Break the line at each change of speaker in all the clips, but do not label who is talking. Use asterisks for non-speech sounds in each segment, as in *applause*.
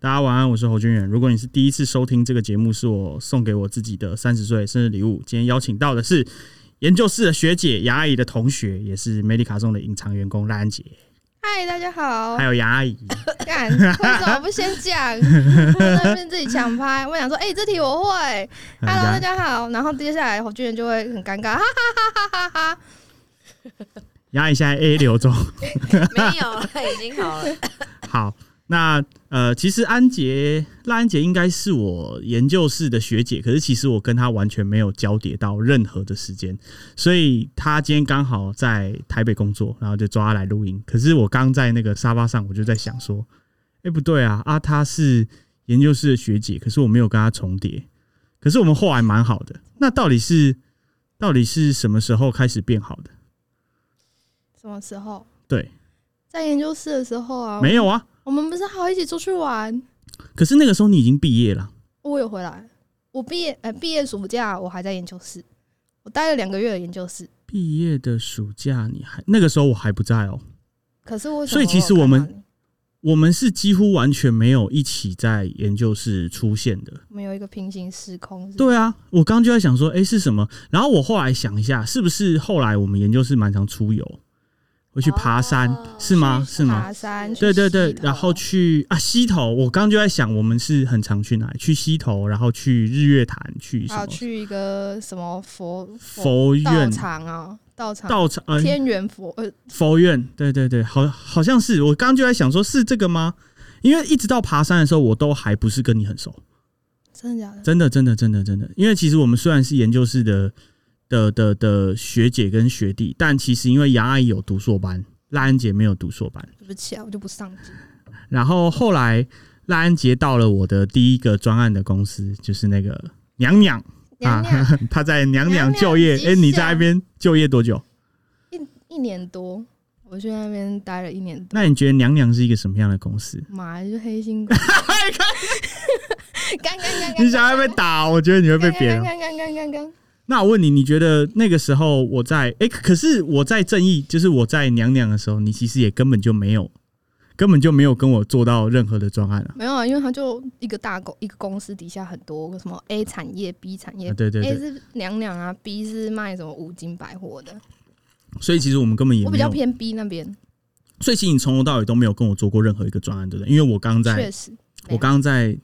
大家晚安，我是侯君远。如果你是第一次收听这个节目，是我送给我自己的三十岁生日礼物。今天邀请到的是研究室的学姐牙阿姨的同学，也是美丽卡颂的隐藏员工赖安杰，
嗨，大家好
还。有牙阿姨。 *laughs*
干，为什么不先讲？在那边自己抢拍。我想说，哎、这题我会。Hello，大
嗯
家好。然后接下来侯俊仁就会很尴尬，哈哈哈哈哈哈。
牙阿姨现在 A 流中。
没有 *laughs* 了，已经好了。
好，那呃，其实安杰赖安杰应该是我研究室的学姐，可是其实我跟她完全没有交叠到任何的时间，所以她今天刚好在台北工作，然后就抓她来录音。可是我刚在那个沙发上，我就在想说，哎、不对啊，啊，她是研究室的学姐，可是我没有跟她重叠，可是我们后来蛮好的，那到底是到底是什么时候开始变好的？
什么时候？
对，
在研究室的时候啊，
没有啊，
我们不是好一起出去玩？
可是那个时候你已经毕业了，
我有回来。我毕业，呃，毕业暑假我还在研究室，我待了两个月的研究室。
毕业的暑假你还那个时候我还不在哦、
可是为什么？
所以其实我们我们是几乎完全没有一起在研究室出现的。
我们有一个平行时空是不是，
对啊，我刚刚就在想说，哎、是什么？然后我后来想一下，是不是后来我们研究室蛮常出游，会去爬山，
哦
是吗？
去
是吗？
爬山，
对对对
去溪，头
然后去啊西头，我刚刚就在想，我们是很常去哪里？去西头，然后去日月潭，去什
还有
么
哦去一个什么佛
佛
道
院、
场啊，道场
道场呃
天元佛呃
佛院，对对对，好好像是我刚刚就在想说，是这个吗？因为一直到爬山的时候，我都还不是跟你很熟。
真的假的？
真的，真的，真的，真的，因为其实我们虽然是研究室的的的的学姐跟学弟，但其实因为杨阿姨有读硕班，赖安杰没有读硕班，
对不起啊，我就不上进。
然后后来赖安杰到了我的第一个专案的公司，就是那个娘娘
娘娘
啊， *laughs* 他在娘
娘
娘
娘
就业，
吉
哎、你在
祥
那边就业多久？
一年多，我去那边待了一年多，
那你觉得娘娘是一个什么样的公司？
妈就黑心
*laughs*
公司，干干干干，
你想要被打，我觉得你会被别人
干干干干干干，
那我问你，你觉得那个时候我在哎、可是我在正义，就是我在娘娘的时候，你其实也根本就没有，根本就没有跟我做到任何的专案啊。
没有啊，因为他就一个大公一个公司底下很多什么 A 产业、B 产业
啊对对
，A
对，
是娘娘啊，B 是卖什么五金百货的，
所以其实我们根本也
我
没
比较
有。
偏 B 那边，
所以其实你从头到尾都没有跟我做过任何一个专案，对不对？因为我刚在
确，实
我刚在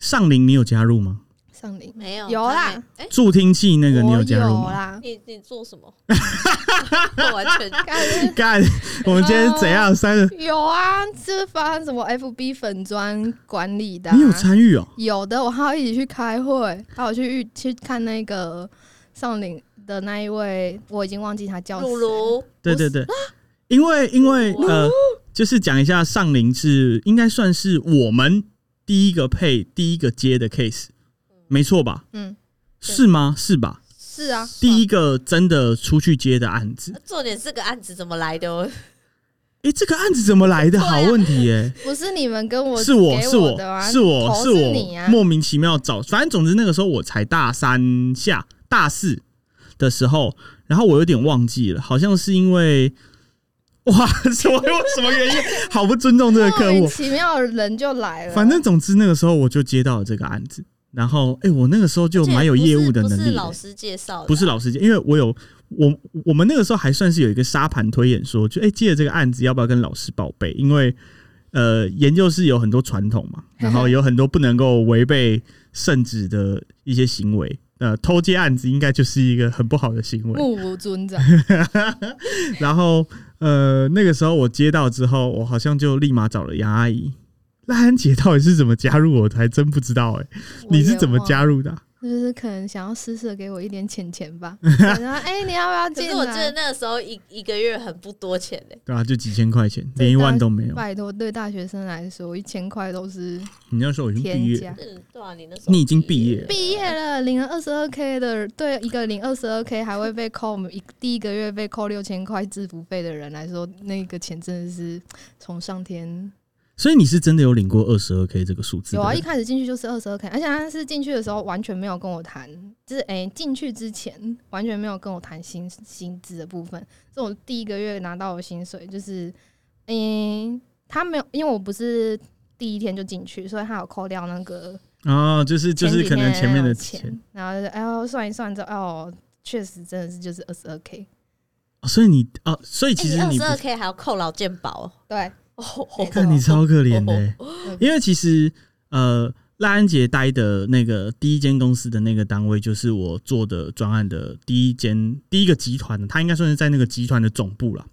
上林，你有加入吗？
上林
没有，
有啦
他没。哎，
助听器那个你
我有啊
加入吗？
啦， *laughs*
你你做什么？ *laughs* 我完全
干就是
干，我们今天怎样？三
*laughs*
个，
有啊，就是发什么 FB 粉砖管理的啊、
你有参与哦？
有的，我还要一起去开会，还有去遇去看那个上领的那一位，我已经忘记他叫
露
谁。
露，
对对对，
啊
因为因为
哦
呃，就是讲一下上林是应该算是我们第一个配第一个接的 case，没错吧？
嗯，对
是吗？是吧？
是啊，
第一个真的出去接的案子，
重点这个案子怎么来的？哦
诶，这个案子怎么来的？
对啊
好问题耶、
不是你们跟我
是我
给
是
我
我
的啊，
是我
头
是
是你
我
啊，
莫名其妙找，反正总之那个时候我才大三下大四的时候，然后我有点忘记了，好像是因为哇 *laughs* 什么什么原因，好不尊重这个
莫
客
名
户，
其妙的人就来了。
反正总之那个时候我就接到了这个案子，然后哎、我那个时候就蛮有业务的能
不
力
是
的
老，师介绍的啊，
不是老师，因为我有我我们那个时候还算是有一个沙盘推演说，就哎、接了这个案子要不要跟老师报备，因为呃研究室有很多传统嘛，然后有很多不能够违背圣旨的一些行为。呃，偷接案子应该就是一个很不好的行
哦
为。
目无尊长，
然后，呃，那个时候我接到之后，我好像就立马找了杨阿姨。赖安姐到底是怎么加入我的，还真不知道哎、
我
*laughs* 你是
也
怎么
忘了？
加入的啊、
就是可能想要施舍给我一点钱
*laughs*
钱吧。然后哎，你要不要
可
进
是
来？
我觉得那个时候一一个月很不多钱嘞，
对啊，就几千块钱，
对
连一万都没有。
拜托，对大学生来说，一千块都是
你那时候已经毕
天
业
价
了，。
嗯，对啊，你那时候
你已经毕业了，
毕业了，领了二十二 k 的，对一个领二十二 k 还会被扣我们一第一个月被扣六千块制服费的人来说，那个钱真的是从上天
所以你是真的有领过二十二 k 这个数字
有
的
啊！
人。
一开始进去就是二十二 k，而且他是进去的时候完全没有跟我谈，就是诶进、去之前完全没有跟我谈薪薪资的部分，这我哎第一个月拿到的薪水就是，诶、他没有，因为我不是。第一天就进去，所以他有扣掉那个
哦，就是就是
前几
可能前面的
那种钱，，然后就是哎呦算一算之后，哦，确实真的是就是二十二 k，
哦所以你哦，所以其实
哎
二
你
十
不
二 k 还要扣劳健保
对，
哦，
没错
看你超可怜的欸、
哦
*laughs* 因为其实呃，赖安杰待的那个第一间公司的那个单位，就是我做的专案的第一间第一个集团，他应该算是在那个集团的总部啦。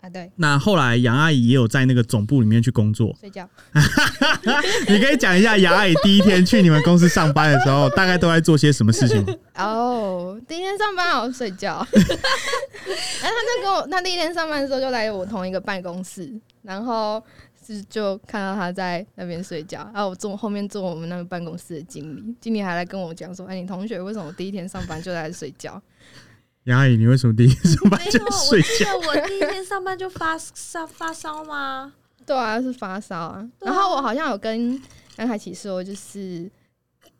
啊对，
那后来杨阿姨也有在那个总部里面去工作，
睡觉，
*laughs* 你可以讲一下杨阿姨第一天去你们公司上班的时候，大概都在做些什么事情？
*laughs*
哦，第一天上班我睡觉， *laughs* 然后他就跟我，他第一天上班的时候就来我同一个办公室，然后是就看到他在那边睡觉，然后我坐后面坐我们那个办公室的经理，经理还来跟我讲说，哎，你同学为什么第一天上班就来睡觉？
杨阿姨，你为什么第一天上班
没
就
有，我
睡
记
觉？
得我第一天上班就发 *laughs* 烧发烧吗？
对啊，是发烧啊。
对啊
然后我好像有跟杨凯琪说，就是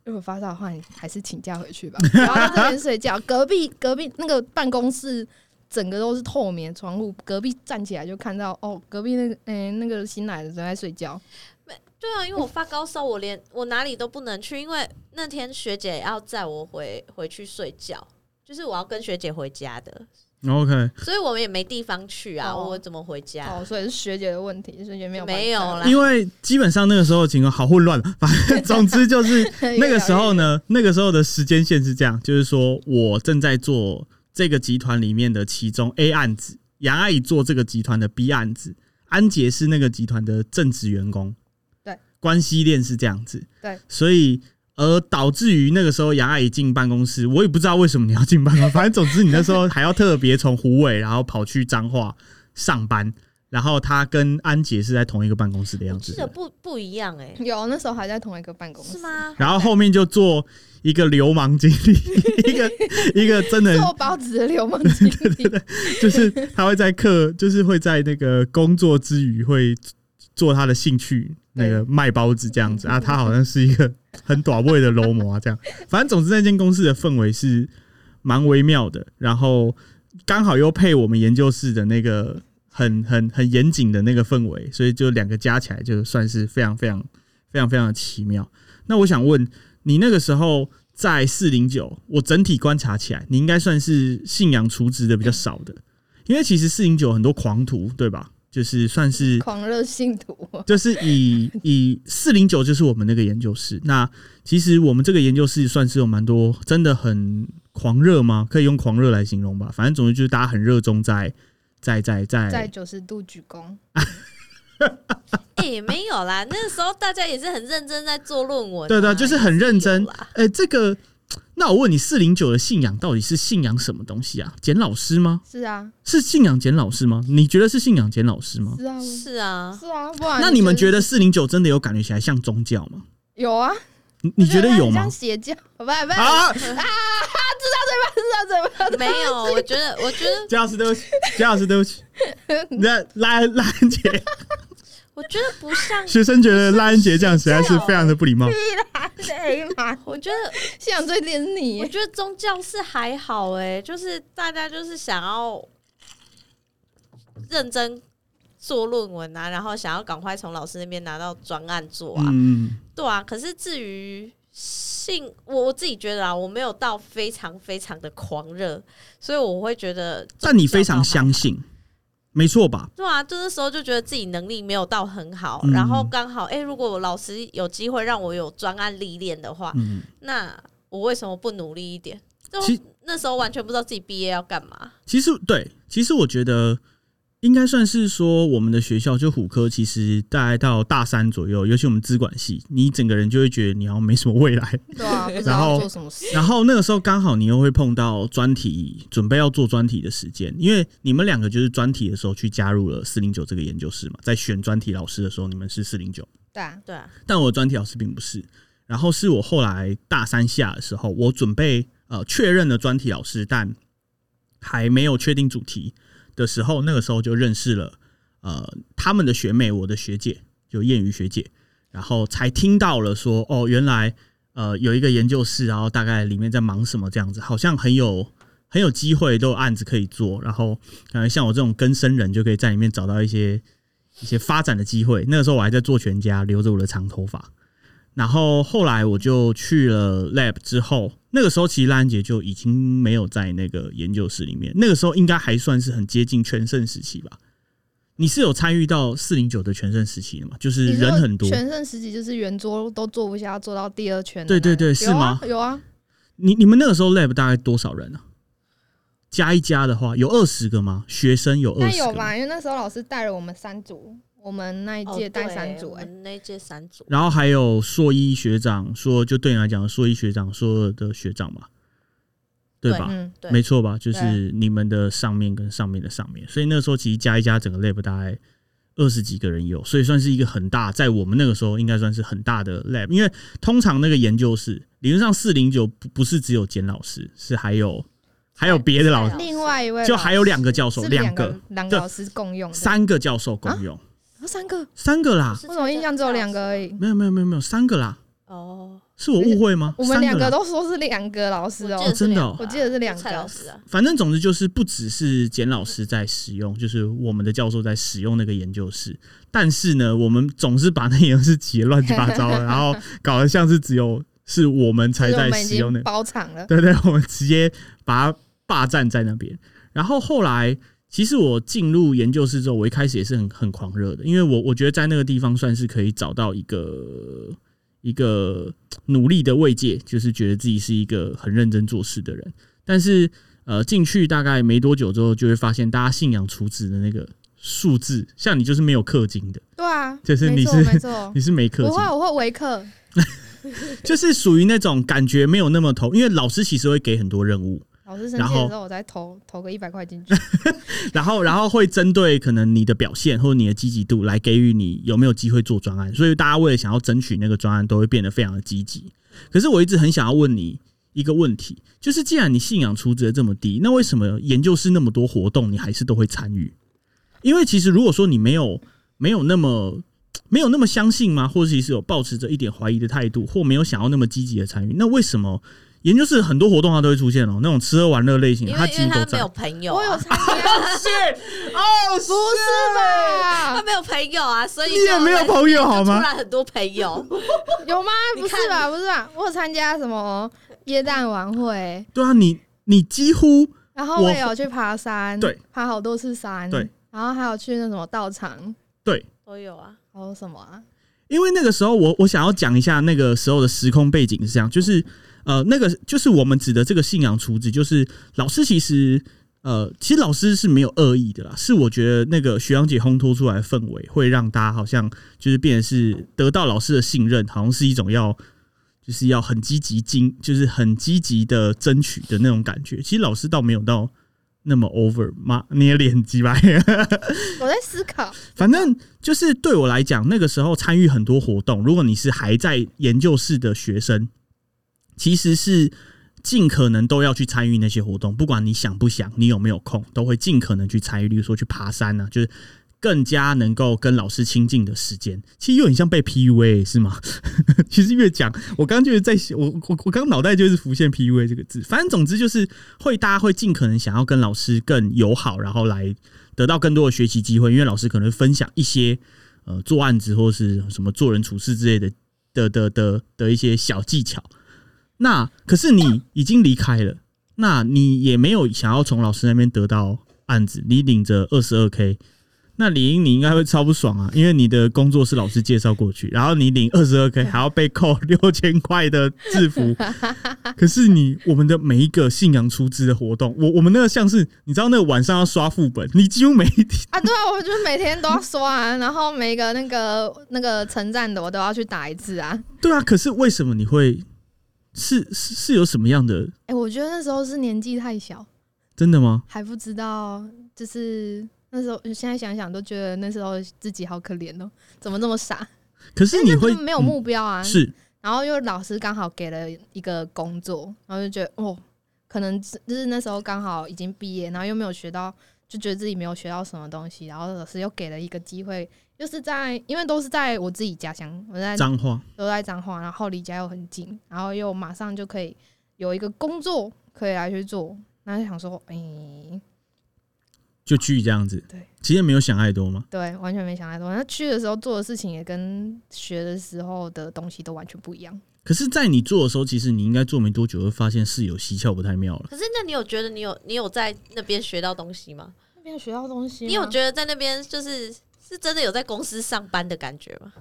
如果发烧的话，你还是请假回去吧， *laughs* 然后在这边睡觉。隔壁隔壁那个办公室整个都是透明的窗户，隔壁站起来就看到哦，隔壁那个哎、那个新来的正在睡觉。
对啊，因为我发高烧，我连我哪里都不能去，因为那天学姐要载我回回去睡觉，就是我要跟学姐回家的，
OK，
所以我们也没地方去啊，
哦
我怎么回家？
哦，所以是学姐的问题，学姐没有
没有
*laughs*
啦
因为基本上那个时候的情况好混乱，反正总之就是
*laughs*
那个时候
呢，
呢，那个时候的时间线是这样，就是说我正在做这个集团里面的其中 A 案子，杨阿姨做这个集团的 B 案子，安杰是那个集团的正职员工，
对，
关系链是这样子，
对，
所以。而导致于那个时候，杨阿姨进办公室，我也不知道为什么你要进办公室。反正总之，你那时候还要特别从湖尾，然后跑去彰化上班。然后她跟安杰是在同一个办公室的
我
样子
记
的
得。不不一样哎、
有那时候还在同一个办公室
是？ *laughs* 吗？
然后后面就做一个流氓经理，一个一个真的
做包子的流氓经理， *laughs*
就是他会在课，就是会在那个工作之余会做他的兴趣，那个卖包子这样子啊。他好像是一个很短位的楼模啊，这样。反正总之那间公司的氛围是蛮微妙的，然后刚好又配我们研究室的那个很很很严谨的那个氛围，所以就两个加起来就算是非常非常非常非常的奇妙。那我想问你那个时候。在四零九，我整体观察起来，你应该算是信仰除值的比较少的，因为其实四零九很多狂徒，对吧？就是算是
狂热信徒。
就是以以四零九就是我们那个研究室。那其实我们这个研究室算是有蛮多真的很狂热吗？可以用狂热来形容吧。反正总之就是大家很热衷在在在
在
在
九十度鞠躬，
哎、没有啦，那时候大家也是很认真在做论文啊、
对对就是很认真
也是有啦
哎、这个。那我问你，四零九的信仰到底是信仰什么东西啊？简老师吗？
是啊，
是信仰简老师吗？你觉得是信仰简老师吗？
是啊，
是啊，
是啊，不然
那你们觉
得
得四零九真的有感觉起来像宗教吗？
有啊？
你你觉得有
我它
吗
很像？邪教？不不不，知 *laughs* 道
啊，
怎么
没有，我觉得，我觉得，
贾老师，对不起，贾老师，对不
*laughs*
起。那赖赖安杰
我觉得不像，
学生觉得赖安杰这样实在是非常的不礼
*laughs*
貌。
谁嘛？ *laughs*
我觉得
想最怜
我
你，
觉得宗教是还好哎、就是大家就是想要认真做论文啊，然后想要赶快从老师那边拿到专案做啊，
嗯，
对啊。可是至于性，我我自己觉得啊，我没有到非常非常的狂热，所以我会觉得，
但你非常相，信，没错吧？
对啊，就那时候就觉得自己能力没有到很好，
嗯
然后刚好哎、如果我老师有机会让我有专案历练的话，
嗯，
那我为什么不努力一点？就
其
那时候完全不知道自己毕业要干嘛。
其实对，其实我觉得应该算是说，我们的学校就虎科，其实大概到大三左右，尤其我们资管系，你整个人就会觉得你好像没什么未来。
对啊，不知
然
道
后
做什么事，
然后那个时候刚好你又会碰到专题，准备要做专题的时间，因为你们两个就是专题的时候去加入了四零九这个研究室嘛，在选专题老师的时候，你们是四零九，
对啊，
对啊，
但我的专题老师并不是。然后是我后来大三下的时候，我准备呃确认了专题老师，但还没有确定主题的时候，那个时候就认识了呃他们的学妹，我的学姐就谚语学姐，然后才听到了说哦，原来呃有一个研究室，然后大概里面在忙什么这样子，好像很有很有机会，都有案子可以做，然后感觉像我这种根生人就可以在里面找到一些 *laughs* 一些发展的机会。那个时候我还在做全家，留着我的长头发。然后后来我就去了 lab 之后，那个时候其实赖安杰就已经没有在那个研究室里面。那个时候应该还算是很接近全盛时期吧？你是有参与到四零九的全盛时期的吗？就是
你说
人很多，
全盛时期就是圆桌都坐不下，要坐到第二圈的
对
那
对
个。
对是
有啊
吗
有啊，
你你们那个时候 lab 大概多少人啊？加一加的话，有二十个吗？学生有二
但
十
有
个
吧？
吗，
因为那时候老师带了我们三组，我们那一
哦
届带
对
三组、
我
哎、
们那一届三组，
然后还有硕一学长说，就对你来讲，硕一学长说的学长嘛，对
对
吧？
嗯，
对
没错吧？就是
对
你们的上面跟上面的上面，所以那时候其实加一加整个 lab 大概二十几个人有，所以算是一个很大，在我们那个时候应该算是很大的 lab，因为通常那个研究室理论上四零九不不是只有简老师，是还有还有别的老
蔡老师
另外一位
就还有两个教
老
授，
师是
两
两
个
两
对
个老师共用的，
三个教授共用，
哦三个，
三个啦，
是
我怎么印象只有两个而已？
没有没有没有没有三个啦，
哦，
是我误会吗？
我们
三
两
个
个
啦
都说是两个老师
啊
哦
我记，得是
真的
两
哦
个
我记得是两个
蔡老师啊，
反正总之就是，不只是简老师在使用，就是我们的教授在使用那个研究室。但是呢，我们总是把那研究室挤得乱七八
*laughs*
糟的，然后搞得像是只有是我们才
就是
在
我们已
使用那
经包场了。
对对， *laughs* 我们直接把它霸占在那边。然后后来，其实我进入研究室之后，我一开始也是很很狂热的，因为我我觉得在那个地方算是可以找到一个一个努力的慰藉，就是觉得自己是一个很认真做事的人。但是呃，进去大概没多久之后，就会发现大家信仰除子的那个数字，像你就是没有氪金的，
对啊，
就是你
没错
是
没错，
你是没氪
我
金
会
的。
我会维克，
就是属于那种感觉没有那么投，因为老师其实会给很多任务，
老师生
然
气
后
的时候我再投投个一百块进去，
然后，然后会针对可能你的表现或者你的积极度来给予你有没有机会做专案。所以大家为了想要争取那个专案，都会变得非常的积极。可是我一直很想要问你一个问题，就是既然你信仰出值这么低，那为什么研究室那么多活动你还是都会参与？因为其实如果说你没有没有那么没有那么相信吗？或者其实有抱持着一点怀疑的态度，或没有想要那么积极的参与，那为什么研究室很多活动它都会出现哦？那种吃喝玩乐类型，
因为
它几
因为
乎都
他没
在
有。朋友
我有
啊，
参加，
是哦，
不是啊吧
*laughs* 他？没有朋友啊，所以
你也
就
没有朋友好
就突
吗？
然很多朋友，
*laughs*
有吗？
你
不
看
是吧？不是吧？我有参加什么耶诞晚会，
对啊，你你几乎
然后我
我
也有去爬山，
对，
爬好多次山，
对，
然后还有去那什么道场，
对，
都有啊。
还有什么啊？
因为那个时候我我想要讲一下那个时候的时空背景是这样，就是呃，那个就是我们指的这个信仰处置，就是老师其实。呃，其实老师是没有恶意的啦，是我觉得那个学长姐烘托出来的氛围，会让大家好像就是变得是得到老师的信任，好像是一种要就是要很积极精，就是很积极的争取的那种感觉。其实老师倒没有到那么 over 妈，捏脸鸡巴。
我在思考，
反正就是对我来讲，那个时候参与很多活动，如果你是还在研究室的学生，其实是尽可能都要去参与那些活动，不管你想不想，你有没有空，都会尽可能去参与。例如说去爬山啊，就是更加能够跟老师亲近的时间，其实有点像被 PUA 是吗？ *laughs* 其实越讲，我刚刚就是在想我我我刚脑袋就是浮现 PUA 这个字，反正总之就是会大家会尽可能想要跟老师更友好，然后来得到更多的学习机会，因为老师可能会分享一些呃做案子或是什么做人处事之类的的的的的一些小技巧。那可是你已经离开了，那你也没有想要从老师那边得到案子，你领着二十二 k，那理应你应该会超不爽啊，因为你的工作是老师介绍过去，然后你领二十二 k 还要被扣 *laughs* 六千块的制服，可是你我们的每一个信仰出资的活动，我我们那个像是你知道那个晚上要刷副本，你几乎每一天
啊，对啊，我就是每天都要刷、啊，然后每个那个那个称赞的我都要去打一次啊。
对啊，可是为什么你会是是是有什么样的
哎、我觉得那时候是年纪太小，
真的吗？
还不知道，就是那时候现在想想都觉得那时候自己好可怜哦，怎么这么傻？
可是你
因为
会
根本没有目标啊，
嗯是
然后又老师刚好给了一个工作，然后就觉得哦，可能是就是那时候刚好已经毕业，然后又没有学到，就觉得自己没有学到什么东西，然后老师又给了一个机会，又是在因为都是在我自己家乡，我在
脏话，
都在彰化，然后离家又很近，然后又马上就可以有一个工作可以来去做，那就想说，哎、
就去这样子。
对，
其实没有想太多嘛。
对，完全没想太多。那去的时候做的事情也跟学的时候的东西都完全不一样。
可是，在你做的时候，其实你应该做没多久，会发现是有蹊跷，不太妙了。 *laughs*
可是，那你有觉得你有你有在那边学到东西吗？
那边学到东西
你有觉得在那边就是是真的有在公司上班的感觉吗？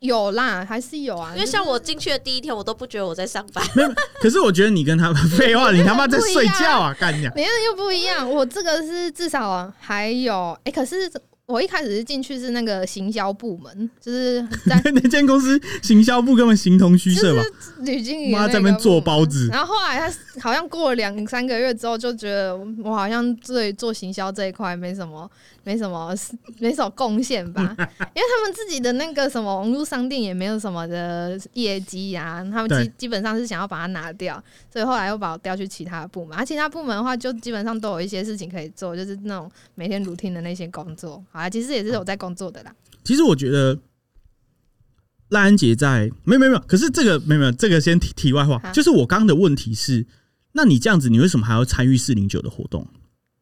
有啦，还是有啊？
因为像我进去的第一天，我都不觉得我在上班。
可是我觉得你跟他们废话，你他妈在睡觉啊，干你啊！ *laughs*
你那又不一样，我这个是至少还有哎、可是我一开始是进去是那个行销部门，就是在 *laughs*
那间公司行销部根本形同虚设吧？
吕经理
妈
那
在那边
个
做
部门
包子
然后后来他好像过了两三个月之后，就觉得我好像对做行销这一块没什么、没什么、 *laughs* 没什么贡献吧，
嗯
因为他们自己的那个什么网络商店也没有什么的业绩啊，他们
对
基基本上是想要把它拿掉，所以后来又把我调去其他部门。而、其他部门的话，就基本上都有一些事情可以做，就是那种每天 routine 的那些工作。好啦，其实也是有在工作的啦。
其实我觉得赖安杰在没有没有没有，可是这个没有没有这个先题题外话
好，
就是我刚刚的问题是，那你这样子，你为什么还要参与四零九的活动？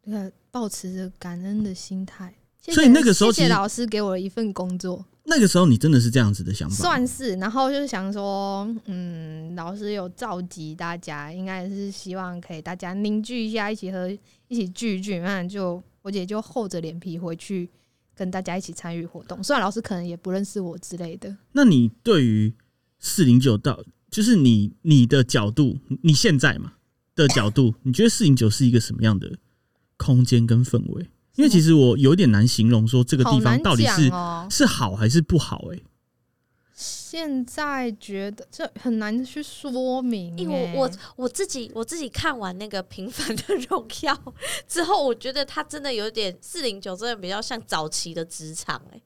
呃，保持着感恩的心态。谢谢
所以那个时候其
谢谢
实
老师给我一份工作，
那个时候你真的是这样子的
嗯
想法？
算是。然后就是想说，嗯，老师有召集大家，应该是希望可以大家凝聚一下，一起喝，一起聚一聚。那就我姐就厚着脸皮回去跟大家一起参与活动。虽然老师可能也不认识我之类的，
那你对于四零九到就是你你的角度，你现在嘛的角度，你觉得四零九是一个什么样的空间跟氛围？因为其实我有点难形容说这个
好
地
难
方到底
讲
是、
哦、
是好还是不好、欸？
现在觉得这很难去说明、
因
欸
为我我我自己我自己看完那个《平凡的荣耀》 *laughs* 之后，我觉得它真的有点四零九，真的比较像早期的职场、欸，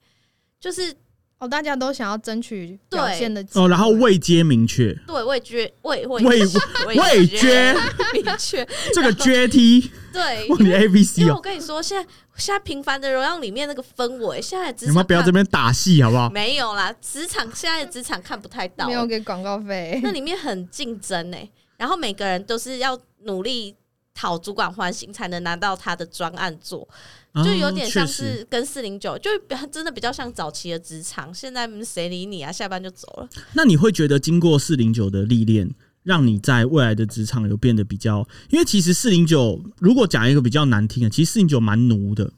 就是
哦，大家都想要争取
对
表现的机
哦，然后
会
位阶明确，
对味觉味味
位
味
位阶
明确
这个 JT，
对。
哇，你 A B
*laughs* 因
C
为我
哦，
跟你说，现在现在《平凡的荣耀》里面那个氛围，现在的职
你
场
们不要
看
这边打戏好不好？
没有啦，职场现在的职场看不太到
没有
欸，
给广告费。
那里面很竞争哎、然后每个人都是要努力讨主管欢心，才能拿到他的专案做，就有点
啊确
像
实
是跟四零九，就比真的比较像早期的职场。现在谁理你啊？下班就走了。
那你会觉得经过四零九的历练，让你在未来的职场有变得比较？因为其实四零九如果讲一个比较难听的，啊其实四零九蛮奴的，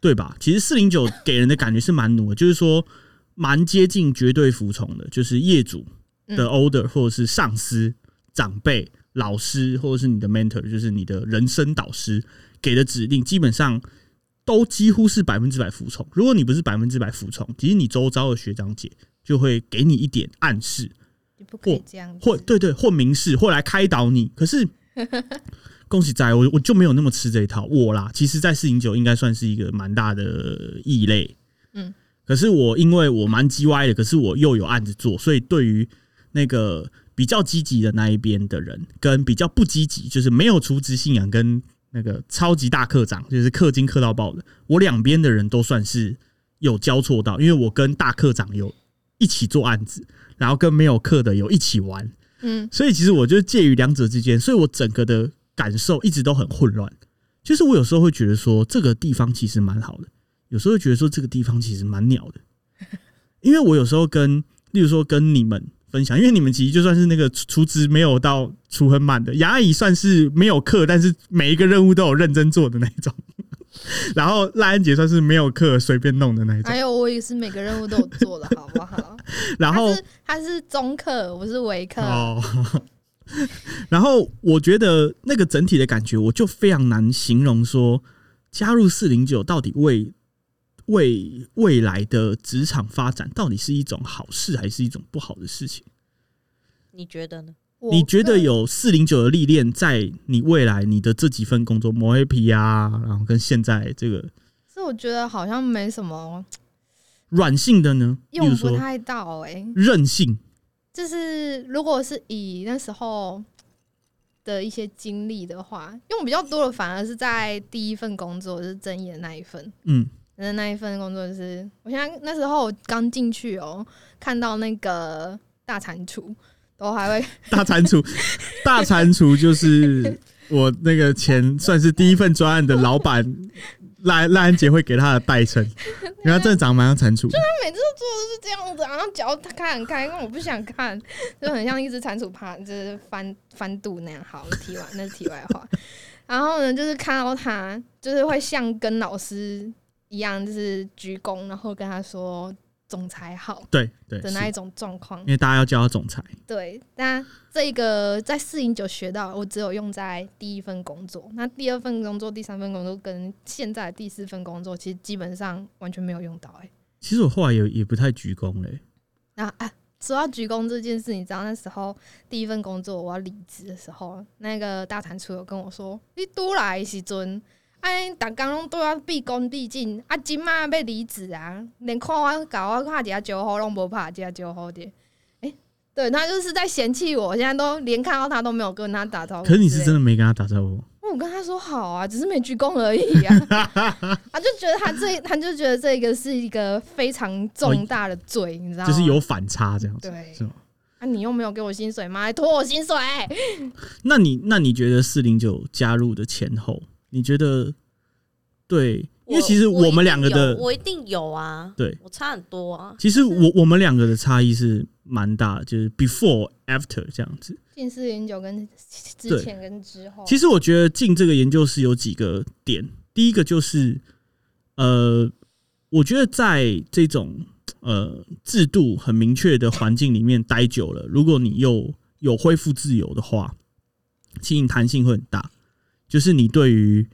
对吧？其实四零九给人的感觉是蛮奴的，就是说蛮接近绝对服从的，就是业主的 order 或者是上司、长辈、老师或者是你的 mentor，就是你的人生导师给的指令，基本上。都几乎是百分之百服从。如果你不是百分之百服从，其实你周遭的学长姐就会给你一点暗示，
你 *laughs* 不可以这样子。
或对对，或明示，或来开导你。可是恭喜仔，我我就没有那么吃这一套。我啦，其实，在四零九应该算是一个蛮大的异类。
嗯，
可是我因为我蛮叽歪的，可是我又有案子做，所以对于那个比较积极的那一边的人，跟比较不积极，就是没有除职信仰跟那个超级大课长，就是氪金氪到爆的，我两边的人都算是有交错到，因为我跟大课长有一起做案子，然后跟没有课的有一起玩，
嗯，
所以其实我就介于两者之间，所以我整个的感受一直都很混乱。就是我有时候会觉得说这个地方其实蛮好的，有时候会觉得说这个地方其实蛮鸟的，因为我有时候跟，例如说跟你们分享，因为你们其实就算是那个厨职没有到厨很满的，牙姨算是没有课，但是每一个任务都有认真做的那一种。然后赖安杰算是没有课随便弄的那一种
还，有我也是每个任务都有做的，好不好？
然后
他是他是中课，我是维课，
哦。 *laughs* 然后我觉得那个整体的感觉，我就非常难形容说加入四零九到底为为未来的职场发展到底是一种好事还是一种不好的事情？
你觉得呢？
我
你觉
个
得有四零九的历练，在你未来你的这几份工作磨黑皮啊，然后跟现在这个
是我觉得好像没什么
软性的呢，例
用
如
不
说
太到哎、
韧性，
就是如果是以那时候的一些经历的话，用比较多的反而是在第一份工作，就是正业那一份。
嗯，
那那一份工作就是，我现在那时候我刚进去哦，看到那个大蟾蜍，都还会
*laughs* 大蟾蜍，大蟾蜍就是我那个前算是第一份专案的老板赖 *laughs* 赖安杰会给他的代称，因为他真的长得蛮像蟾蜍的。
每次都做的是这样子，然后脚开很开，因为我不想看， *laughs* 就很像一只蟾蜍爬，就是翻翻肚那样。好，题外那是题外话。然后呢，就是看到他，就是会像跟老师一样，就是鞠躬，然后跟他说“总裁好
对”对，
的
是
那一种状况
因。为大家要叫他总裁，
对，那这个在四零九学到，我只有用在第一份工作。那第二份工作、第三份工作跟现在第四份工作，其实基本上完全没有用到、欸。
其实我后来也也不太鞠躬嘞、
那啊，说到鞠躬这件事，你知道那时候第一份工作我要离职的时候，那个大蟾蜍有跟我说：“你拄来的时阵，哎，逐工拢对我毕恭毕敬，啊，即嘛要离职啊，连看我搞我拍一下招呼拢无拍一下招呼的。”诶对他就是在嫌弃我，现在都连看到他都没有跟他打招呼。
可是你是真的没跟他打招呼，
我跟他说好啊，只是没鞠躬而已啊。 *laughs* 他就觉得他这，他就觉得这个是一个非常重大的罪，你知道
哦
吗？
就是有反差这样子，
对
是吗？
啊，你又没有给我薪水吗？还拖我薪水？
那你那你觉得四零九加入的前后，你觉得对？因为其实
我
我们两个的，
我一定有我一定有啊，
对
我差很多啊。
其实我我们两个的差异是蛮大的，就是 before after 这样子。
近四零九跟之
对
前跟之后，
其实我觉得进这个研究室有几个点，第一个就是，呃，我觉得在这种呃制度很明确的环境里面待久了，如果你又有恢复自由的话，其实你弹性会很大，就是你对于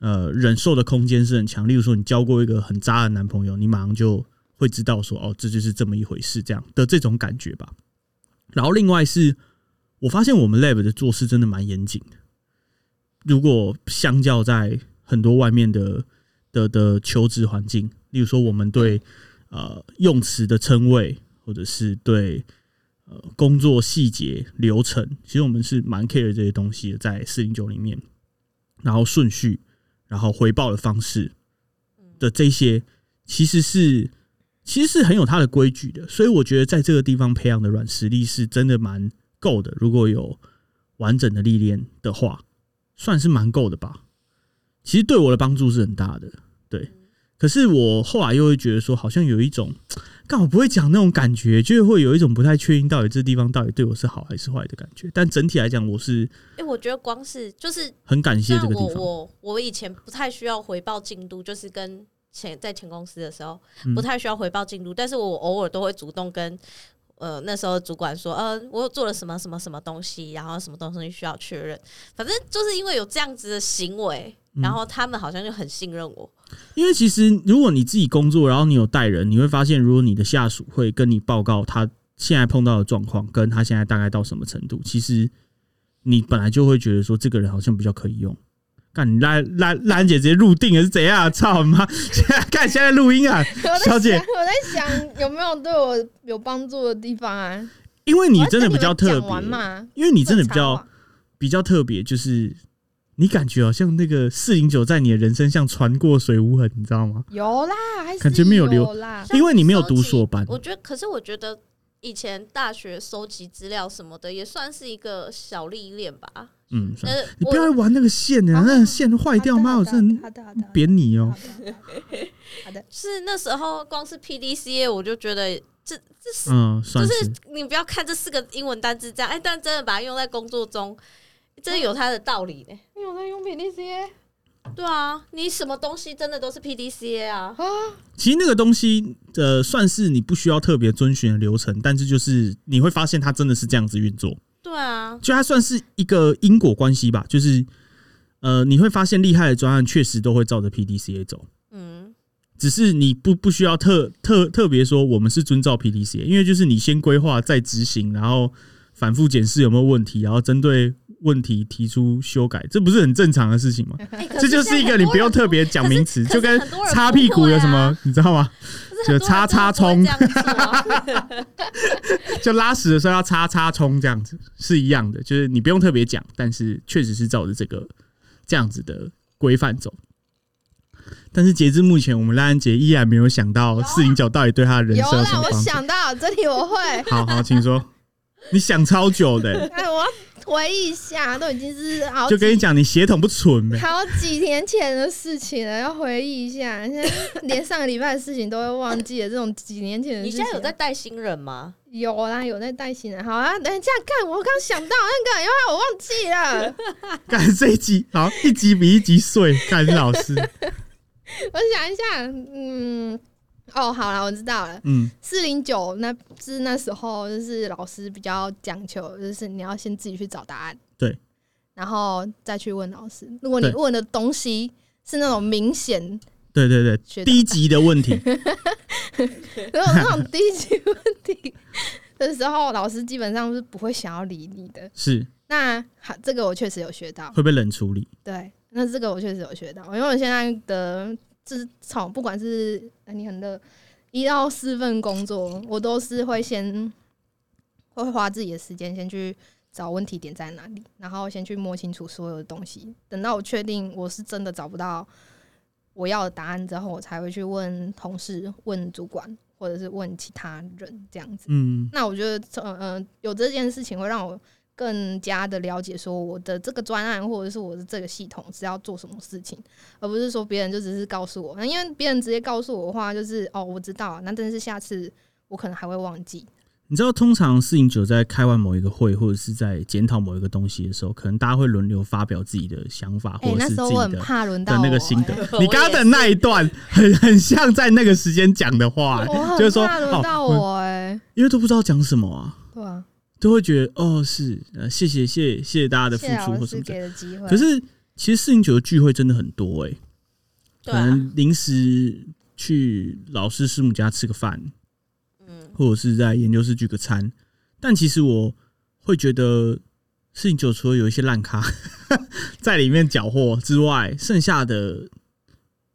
呃忍受的空间是很强。例如说，你交过一个很渣的男朋友，你马上就会知道说，哦，这就是这么一回事，这样的这种感觉吧。然后另外是我发现我们 lab 的做事真的蛮严谨的，如果相较在很多外面的的的求职环境，例如说我们对呃用词的称谓，或者是对呃工作细节流程，其实我们是蛮 care 这些东西的，在四零九里面，然后顺序，然后回报的方式的这些，其实是其实是很有它的规矩的，所以我觉得在这个地方培养的软实力是真的蛮够的。如果有完整的历练的话，算是蛮够的吧。其实对我的帮助是很大的，对。可是我后来又会觉得说，好像有一种，干我不会讲那种感觉，就会有一种不太确定到底这地方到底对我是好还是坏的感觉。但整体来讲，我是
哎、我觉得光是就是，
很感谢
虽
这
然
个地
我
方。
我我以前不太需要回报进度，就是跟前在前公司的时候
嗯
不太需要回报进度，但是我偶尔都会主动跟。呃，那时候主管说，呃，我有做了什么什么什么东西，然后什么东西需要确认，反正就是因为有这样子的行为，
嗯
然后他们好像就很信任我，
因为其实如果你自己工作，然后你有带人，你会发现，如果你的下属会跟你报告他现在碰到的状况，跟他现在大概到什么程度，其实你本来就会觉得说这个人好像比较可以用。干你赖赖赖安姐直接入定了是怎样？ *laughs* 操你妈！现在看现在录音啊，
我在
小
想，
姐
我在想有没有对我有帮助的地方啊？
因为你
我要
真的
跟
比较
们
特
讲完
别，
嘛，
因为你真的比
会插
较
话
比较特别，就是你感觉好像那个四零九在你的人生像船过水无痕，你知道吗？
有啦，还是
感觉没有留
啦。啊
因为你没有
像收
读
集
硕班
我觉得，可是我觉得以前大学收集资料什么的，也算是一个小历练吧。
嗯，算了
呃，
你
我
不要玩那个线呢、
啊
那个线坏掉，
好的
妈，我真的
好的好的好的
扁你哦、
好的好的好的好的，
是那时候光是 PDCA，我就觉得这这是、
嗯，算
就是是你不要看这四个英文单字这样，哎，但真的把它用在工作中，真的有它的道理呢。
你有在用 PDCA
对啊，你什么东西真的都是 PDCA 啊。
啊？
其实那个东西，呃，算是你不需要特别遵循的流程，但是就是你会发现它真的是这样子运作，
对啊，
就它算是一个因果关系吧，就是呃，你会发现厉害的专案确实都会照着 PDCA 走，
嗯，
只是你不不需要特特特别说我们是遵照 PDCA，因为就是你先规划再执行，然后反复检视有没有问题，然后针对问题提出修改，这不是很正常的事情吗？
哎可
这就是一个你不用特别讲名词，
可是
就跟
很多人
擦屁股有什
不会
么
啊，
你知道吗？
现在很多人
就叉叉
真的不会这样做啊
就拉屎的时候要擦擦冲这样子是一样的，就是你不用特别讲，但是确实是照着这个这样子的规范走。但是截至目前，我们赖安杰依然没有想到
啊
四零九到底对他的人
有
生有什
啦，
么
我
帮助。
想到这里我会， *laughs*
好好，请说，你想超久的欸、
哎，我要回忆一下，都已经是好
就跟你
几
讲，你血统不纯呗。
好几年前的事情啊了，要回忆一下。现
*laughs*
在连上个礼拜的事情都会忘记了，这种几年前的
你
事情。啊
现在有在带新人吗？
有啦，有在带新人。好啊，等一下看，我刚想到那个，因为我忘记啊了，
*laughs*
干这一集好，一集比一集碎。干老师，
我想一下，嗯，哦，好了，我知道了。
嗯，
四零九那是那时候就是老师比较讲求，就是你要先自己去找答案，
对，
然后再去问老师。如果你
对
问的东西是那种明显，
对对对，
学到
低级的问题，
*laughs* 如果那种低级问题的时候，老师基本上是不会想要理你的。
是
那好，这个我确实有学到，
会被冷处理。
对，那这个我确实有学到，因为我现在的自从不管是呃你很热一到四份工作，我都是会先会花自己的时间先去找问题点在哪里，然后先去摸清楚所有的东西。等到我确定我是真的找不到我要的答案之后，我才会去问同事、问主管或者是问其他人这样子。
嗯，
那我觉得，嗯、呃、嗯，有这件事情会让我更加的了解，说我的这个专案或者是我的这个系统是要做什么事情，而不是说别人就只是告诉我。那因为别人直接告诉我的话，就是哦，我知道，那但是下次我可能还会忘记。
你知道，通常四零九在开完某一个会，或者是在检讨某一个东西的时候，可能大家会轮流发表自己的想法，
哎、
或者
那
是
时
自
候
己
我很
的
怕轮到
的
我、
那个心
哎 *laughs*
得。*laughs*
我
你刚刚
也
的
是
那一段很很像在那个时间讲的话、 *laughs*
我
就
很
是说
怕轮到
哦
我哎、
因为都不知道讲什么啊，
对啊，
都会觉得哦是呃谢谢谢谢谢谢大家的付
谢谢
出
老
或什
师
么的。
给的机会。
可是其实四零九的聚会真的很多哎、可
对啊，
能临时去老师师母家吃个饭，
嗯，
或者是在研究室聚个餐。但其实我会觉得，四零九除了有一些烂咖 *laughs* 在里面搅和之外，剩下的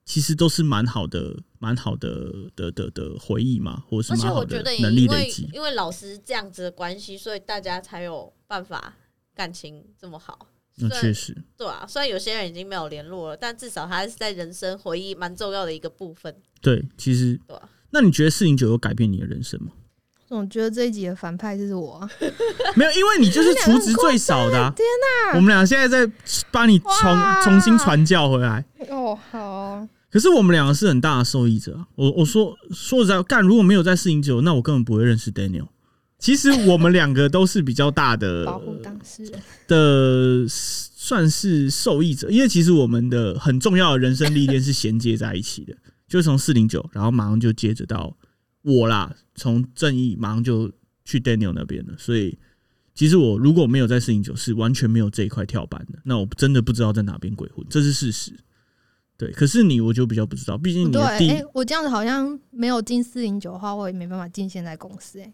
其实都是蛮好的、蛮好的的的的回忆嘛，或者
而
是
且
蛮好
我觉
的
得也
能力
因
累
为
积。
因为老师这样子的关系，所以大家才有办法感情这么好。
那
虽然
确实，
对啊，虽然有些人已经没有联络了，但至少他是在人生回忆蛮重要的一个部分。
对，其实
对啊
那你觉得四零九有改变你的人生吗？
总觉得这一集的反派就是我啊，
没有，因为你
*laughs*
就是
们
除
两个
值最少的、啊。
天哪
我们俩现在在帮你重
哇
重新传教回来。
哦，好哦
可是我们两个是很大的受益者啊。我我说说实在，干如果没有在四零九，那我根本不会认识 Daniel。其实我们两个都是比较大的
保护当事人。
的，算是受益者，因为其实我们的很重要的人生历练是衔接在一起的，就是从四零九，然后马上就接着到我啦，从正义马上就去 Daniel 那边了，所以。其实我如果没有在四零九，是完全没有这一块跳板的。那我真的不知道在哪边鬼混，这是事实。对，可是你我就比较不知道，毕竟
不
你
对，
的第一
哎、我这样子好像没有进四零九的话，我也没办法进现在公司、哎，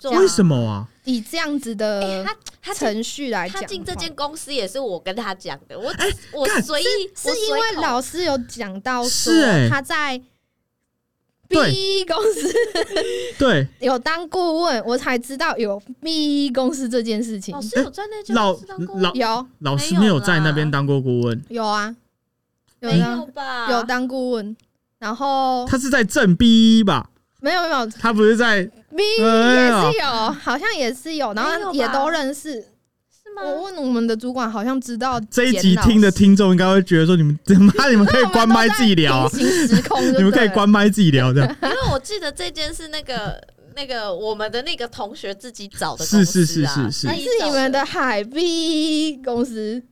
对啊
为什？么啊？
以这样子
哎
的
他他进
程序来讲的话，
他进这间公司也是我跟他讲的，我我
哎干
随意
是
我随
因为
口
老师有讲到说
是哎
他在
对
B 公司
对，
有当顾问，我才知道有 B 公司这件事情
老。师有在那间
哎老
公司当过
老
有
老师
没
没
有
有在那
啦
边当过顾问，
有啊，有
没有
当
吧？
有啊当顾问，然后
他是在正 B 吧？
没有没有
他不是在
B
哎
也
呀
是有，好像也是有，然
没有
后
吧
也都认识。
是吗？
我问我们的主管，好像知道
这一
简
集
老
听的
师
听众应该会觉得说，你们他妈你们可以关麦自己聊啊，
*laughs* 平行时空就
*laughs* 你们可以
对了
关麦自己聊的。
因为我记得这间是那个 *laughs* 那个我们的那个同学自己找的、公
是是
司啊
是是是
自
还
己
是
找
你们的海碧公司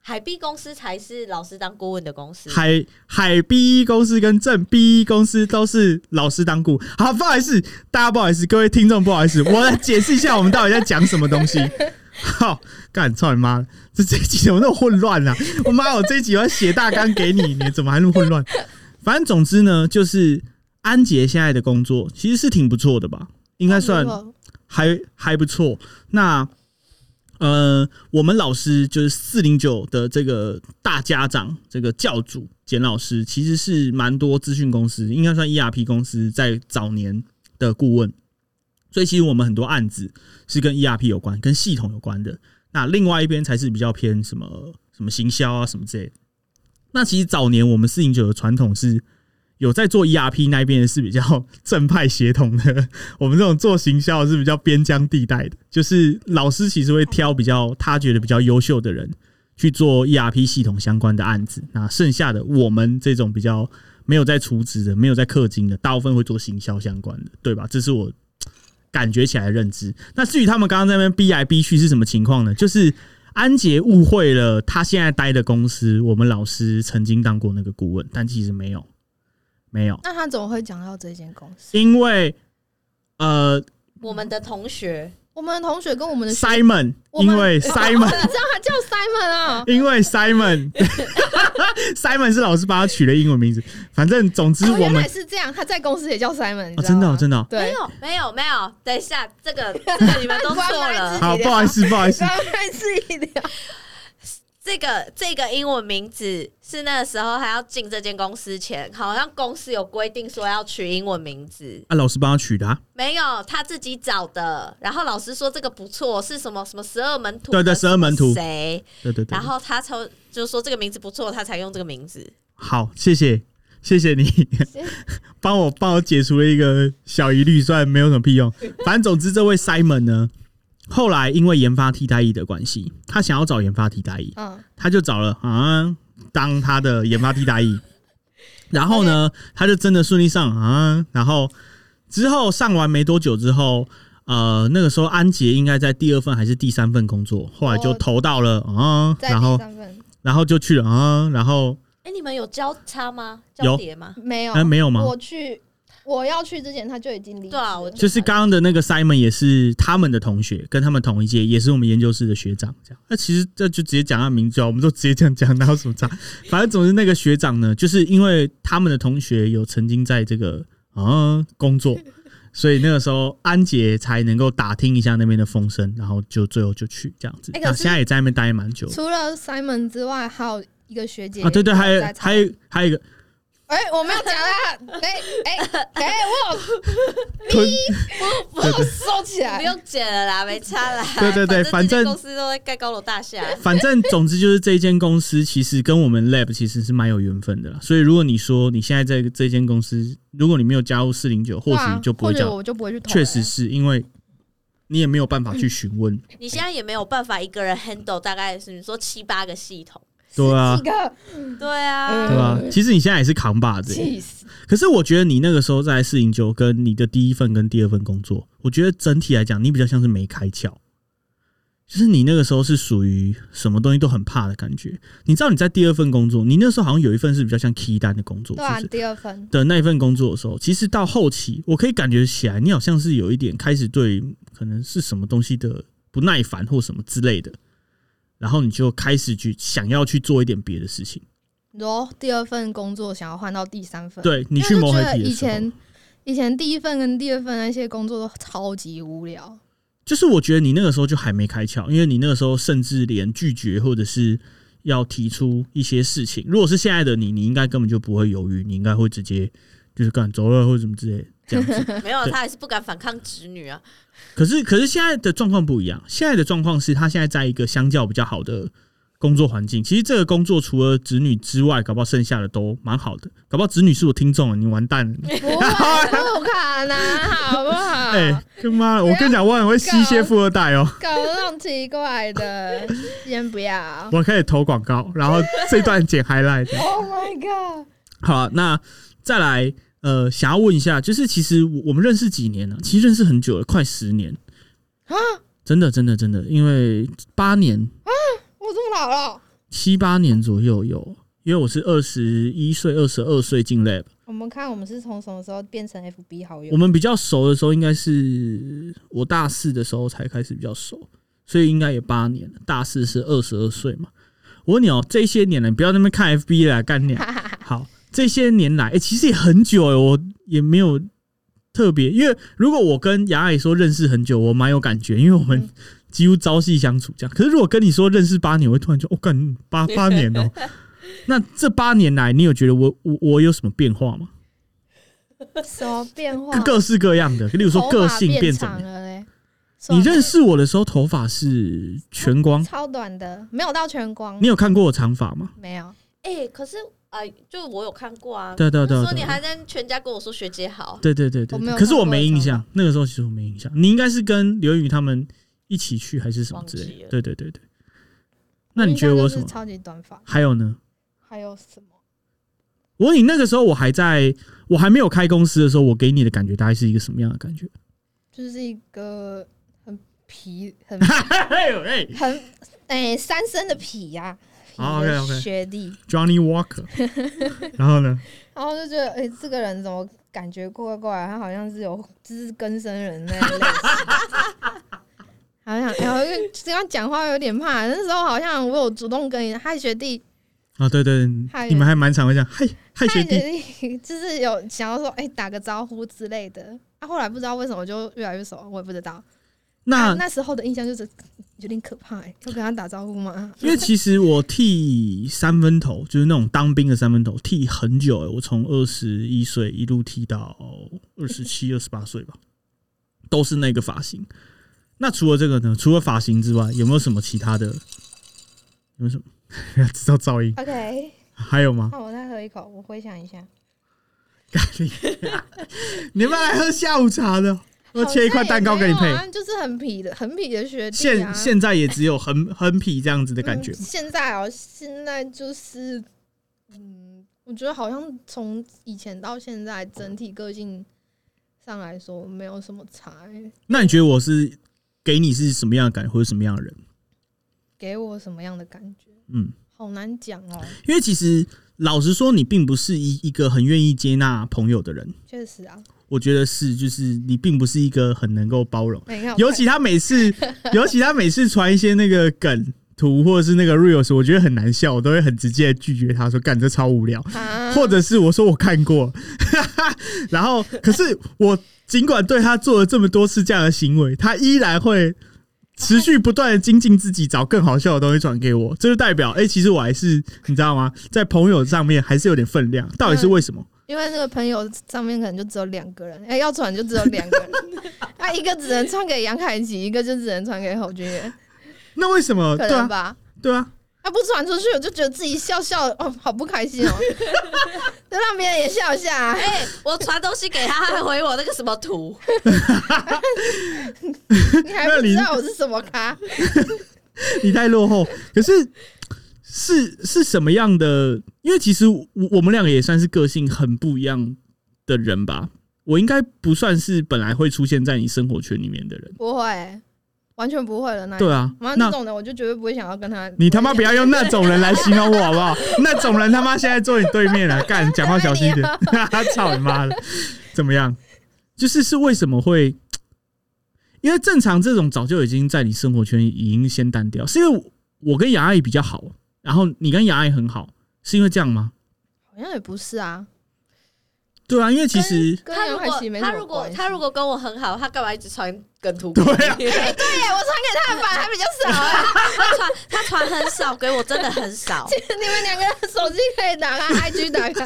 海碧公司才是老师当顾问的公司。
海海 B 公司跟正 B 公司都是老师当顾。好，不好意思，大家不好意思，各位听众不好意思，我来解释一下我们到底在讲什么东西。 *laughs* 好，干操你妈！这这一集怎么那么混乱啊？我妈，我这一集我要写大纲给你，你怎么还那么混乱？反正总之呢，就是安杰现在的工作其实是挺不错的吧，应该算还还不错。那呃，我们老师就是四零九的这个大家长，这个教主简老师，其实是蛮多资讯公司，应该算 ERP 公司在早年的顾问。所以其实我们很多案子是跟 ERP 有关，跟系统有关的。那另外一边才是比较偏什么什么行销啊什么之类的。那其实早年我们四零九的传统是有在做 ERP 那边是比较 *laughs* 正派协同的，我们这种做行销的是比较边疆地带的，就是老师其实会挑比较他觉得比较优秀的人去做 ERP 系统相关的案子，那剩下的我们这种比较没有在除职的、没有在氪金的，大部分会做行销相关的，对吧？这是我感觉起来的认知。那至于他们刚刚在那边逼来逼去是什么情况呢？就是安杰误会了他现在待的公司，我们老师曾经当过那个顾问，但其实没有，没有，
那他怎么会讲到这间公司？
因为呃
我们的同学
我们的同学跟我们的学
，Simon，
我们
因
哦
为 Simon *laughs*
你。知道他叫 Simon 啊？
因为 *laughs* Simon，Simon 是老师帮他取的英文名字。反正总之
哦
我
原
们
来是这样，他在公司也叫 Simon，你
哦，
知道
真的哦真的哦，
吗
没
对，
有没有没有，等一下，这
*laughs*
个这个你们都
关
错
麦
了
自己。
好，
聊
不好意思，不好意思，
刚开始一
*laughs*
聊，
这个这个英文名字是那时候还要进这间公司前，好像公司有规定说要取英文名字，
啊，老师帮他取的啊，
没有他自己找的。然后老师说这个不错，是什么什么十二门徒？
对对12门徒
谁？
对对对。
然后他才就说这个名字不错，他才用这个名字。
好，谢谢，谢谢你帮我帮我解除了一个小疑虑，虽然没有什么屁用。反正总之，这位 Simon 呢，后来因为研发替代役的关系，他想要找研发替代役，
嗯，
他就找了啊当他的研发替代役，然后呢，他就真的顺利上啊，然后之后上完没多久之后。呃，那个时候安杰应该在第二份还是第三份工作，后来就
我
投到了啊，
哦在
然
第
后
三份
然后就去了啊，然后
哎，你们有交叉吗？
有
交叠吗？
没有
哎、，没有吗？
我去，我要去之前他就已经离职
对啊
了
我
就是刚刚的那个 Simon 也是他们的同学，跟他们同一届，也是我们研究室的学长。这样，那其实这就直接讲他名字啊，我们都直接这样讲，哪有什么差？反正总之那个学长呢，就是因为他们的同学有曾经在这个啊工作，所以那个时候安杰才能够打听一下那边的风声，然后就最后就去这样子。
哎可
那
是
现在也在那边待蛮久
除了 Simon 之外，还有一个学姐
啊，对对，还有
在场
还有还有一个
哎、我没有讲啦，哎哎哎，我有
吞，对
*laughs* 我有收起来
不，用剪了啦，没差啦。
对对对
反
反
这
正
间公司都在盖高楼大厦。
反正总之就是这一间公司其实跟我们 lab 其实是蛮有缘分的啦。所以如果你说你现在在这间公司，如果你没有加入四零九，或
对啊
许就不会
或许
叫。
我就不会去投了。
确实是因为你也没有办法去询
嗯
问，
你现在也没有办法一个人 handle 大概是你说七八个系统。
对啊
一，个
对啊，
对啊。其实你现在也是扛把子耶，
气死，
可是我觉得你那个时候在四零九，跟你的第一份跟第二份工作，我觉得整体来讲，你比较像是没开窍，就是你那个时候是属于什么东西都很怕的感觉。你知道你在第二份工作，你那时候好像有一份是比较像 key 单的工作，
对啊，
是不是？
第二分
的那一份工作的时候，其实到后期，我可以感觉起来，你好像是有一点开始对可能是什么东西的不耐烦或什么之类的，然后你就开始去想要去做一点别的事情。
然后第二份工作想要换到第三份，
对你
因为
去
就
磨
觉
合
得
体的
以
时候
前。以前第一份跟第二份那些工作都超级
*laughs*
无聊，
就是我觉得你那个时候就还没开窍，因为你那个时候甚至连拒绝或者是要提出一些事情，如果是现在的你，你应该根本就不会犹豫，你应该会直接就是干走了或者什么之类的这样子。
*laughs* 没有，啊
对
他还是不敢反抗侄女啊。
可是可是现在的状况不一样，现在的状况是他现在在一个相较比较好的工作环境，其实这个工作除了子女之外，搞不好剩下的都蛮好的，搞不好子女是我听众了，你完蛋了。
不会不可能，啊好不好？
哎、他妈的！我跟你讲，我很会吸一些富二代哦、
啊搞啊那种奇怪的，先不要。
我开始投广告，然后这段剪 highlight。
Oh my god！
好啊、那再来，呃，想要问一下，就是其实我我们认识几年了、其实认识很久了，快十年
啊，
真的，真的，真的，因为八年、
我这么老了，
七八年左右有，因为我是二十一岁、二十二岁进 lab，
我们看我们是从什么时候变成 FB 好友
我？们比较熟的时候，应该是我大四的时候才开始比较熟，所以应该也八年了。大四是二十二岁嘛。我问你哦，这些年来，你不要在那边看 FB 啦，干娘。好，这些年来，哎、其实也很久哎、我也没有特别，因为如果我跟雅雅说认识很久，我蛮有感觉，因为我们
嗯
几乎朝夕相处这样。可是如果跟你说认识八年，我会突然就哦，干八八年哦。那这八年来，你有觉得我我我有什么变化吗？
什么变化？
各各式各样的，例如说
头
个
发
性变
变
怎么
长
样？
了嘞？
你
算了
认识我的时候，头发是全光。
超短的，没有到全光
你，有看过我长发吗？
没有。
哎、哎、可是啊、就我有看过啊。
对对对
那时候
对
你还在全家跟我说学姐好，
对对对对
我没有
对，可是
看
我
过
没印
这
象
样，
那个时候其实我没印象。你应该是跟刘宇他们一起去还是什么
忘
之类
记
的？
了
对对对对。那你觉得我有什么？
超级短发？
还有呢？
还有什么？
我问你那个时候我还在，我还没有开公司的时候，我给你的感觉大概是一个什么样的感觉？
就是一个很皮、
*laughs*
很
哎呦哎
很哎、三生的皮呀、皮
哦
的
，OK，OK
学弟。
，Johnny
*laughs*
Walker，然后呢？
然后就觉得，哎、这个人怎么感觉怪怪怪？他好像是有知根生人那一类型。 *laughs* 好像，哎然后就跟他讲话有点怕。那时候好像我有主动跟他学弟，
啊，对对，
嗨
你们还蛮常会这样，嗨嗨
他
学
学
弟，
弟 *laughs* 就是有想要说，哎、打个招呼之类的。啊，后来不知道为什么就越来越熟，我也不知道。啊
那
那时候的印象就是有点可怕、欸，要跟他打招呼吗？
*laughs* 因为其实我剃三分头，就是那种当兵的三分头，剃很久、欸，我从二十一岁一路剃到二十七、二十八岁吧，都是那个发型。那除了这个呢？除了发型之外，有没有什么其他的？有没有什么？制造噪音
OK，
还有吗？
那我再喝一口，我回想一下。
干你！你们来喝下午茶的，我切一块蛋糕给你
好
配
像也没有。啊，就是很痞的，很痞的学弟啊。
现现在也只有很很痞这样子的感觉
*laughs* 嗯。现在哦，现在就是，嗯，我觉得好像从以前到现在，整体个性上来说没有什么差欸、
那你觉得我是给你是什么样的感觉，或者什么样的人？
给我什么样的感觉？
嗯，
好难讲哦，
因为其实老实说，你并不是一一个很愿意接纳朋友的人。
确
*laughs*
实啊，
我觉得是，就是你并不是一个很能够包容。
没有，
尤其他每次， *laughs* 尤其他每次传一些那个梗图或者是那个 reels，我觉得很难笑，我都会很直接的拒绝他说：“干，这超无聊。”
*laughs* 啊
或者是我说我看过， *laughs* 然后可是我尽管对他做了这么多次这样的行为，他依然会持续不断的精进自己，找更好笑的东西转给我，这就代表，哎、其实我还是你知道吗，在朋友上面还是有点分量，到底是为什么？
因为那个朋友上面可能就只有两个人，哎、要传就只有两个人， *laughs* 啊，一个只能传给杨凯琪，一个就只能传给侯君远，
那为什么？
可
对
能
啊，
吧。
对啊，
啊，不传出去，我就觉得自己笑笑， *laughs* 哦，好不
*laughs*
开心哦，就让别人也笑一下、啊。
*laughs* 哎、我传东西给他，他还回我那个什么
*laughs*
图，
你还不知道我是什么咖？
你太落后。可是是是什么样的？因为其实我我们两个也算是个性很不一样的人吧。我应该不算是本来会出现在你生活圈里面的人。
不会，完全不会了。那一种
对啊，
妈
那
这种人，我就绝对不会想要跟他。
你他妈不要用那种人来形容我好
*laughs*
不好？那种人他妈现在坐你对面了，干，讲话小心一点， *laughs* 操你妈的！怎么样？就是是为什么会？因为正常这种早就已经在你生活圈已经先淡掉，是因为我跟杨阿姨比较好，然后你跟杨阿姨很好，是因为这样吗？
好像也不是啊。
对啊，因为其实
跟
他
杨
如
凯琪没什
果他
么
如果
关系
他如果跟我很好，他干嘛一直传梗图？ *laughs*
对啊
啊，
对耶，我传给他的反而还比较少啊。
他传他传很少，给我真的很
*laughs*
少。
你们两个手机可以打开，IG 打开，他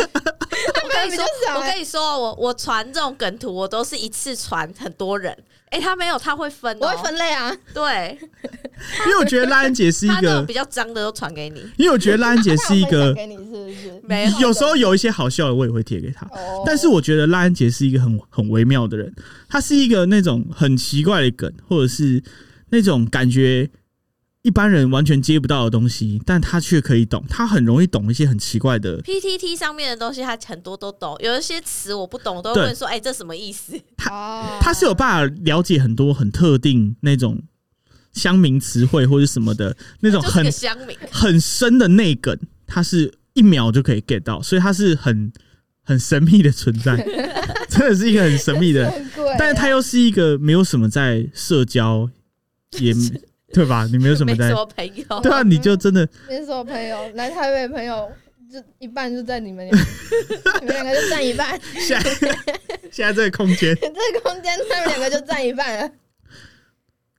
反
我跟
而比
你
较
说，
少
我
欸。 *laughs*
跟你说，哦我我传这种梗图，我都是一次传很多人。哎、他没有，他会分、哦，
我会分类啊，
对，
因为我觉得赖安姐是一
他那种
个
比，较脏的都传给你，
因为我觉得赖安姐是一
那我分享
个，
给你是不是？
没有。
有时候有一些好笑的我也会贴给她。
哦
但是我觉得赖安杰是一个很很微妙的人，他是一个那种很奇怪的梗，或者是那种感觉一般人完全接不到的东西，但他却可以懂，他很容易懂一些很奇怪的。
PTT 上面的东西，他很多都懂，有一些词我不懂，我都
对
会问说：“哎、这什么意思啊
哦
他是有办法了解很多很特定那种乡民词汇或者什么的那？”种
*laughs* 就是
很
个乡民，
很深的内梗，他是一秒就可以 get 到，所以他是很很神秘的存
*laughs*
在，真的是一个很神秘的人。
很贵啊，
但是他又是一个没有什么在社交，也 *laughs* 对吧？你没有什么
没
在
什么朋友。
对啊，你就真的
那时候朋友来台北，朋友就一半就在你们两个，你们两个就占一半，
现在现在这个空间
这个空间他们两个就占一半了。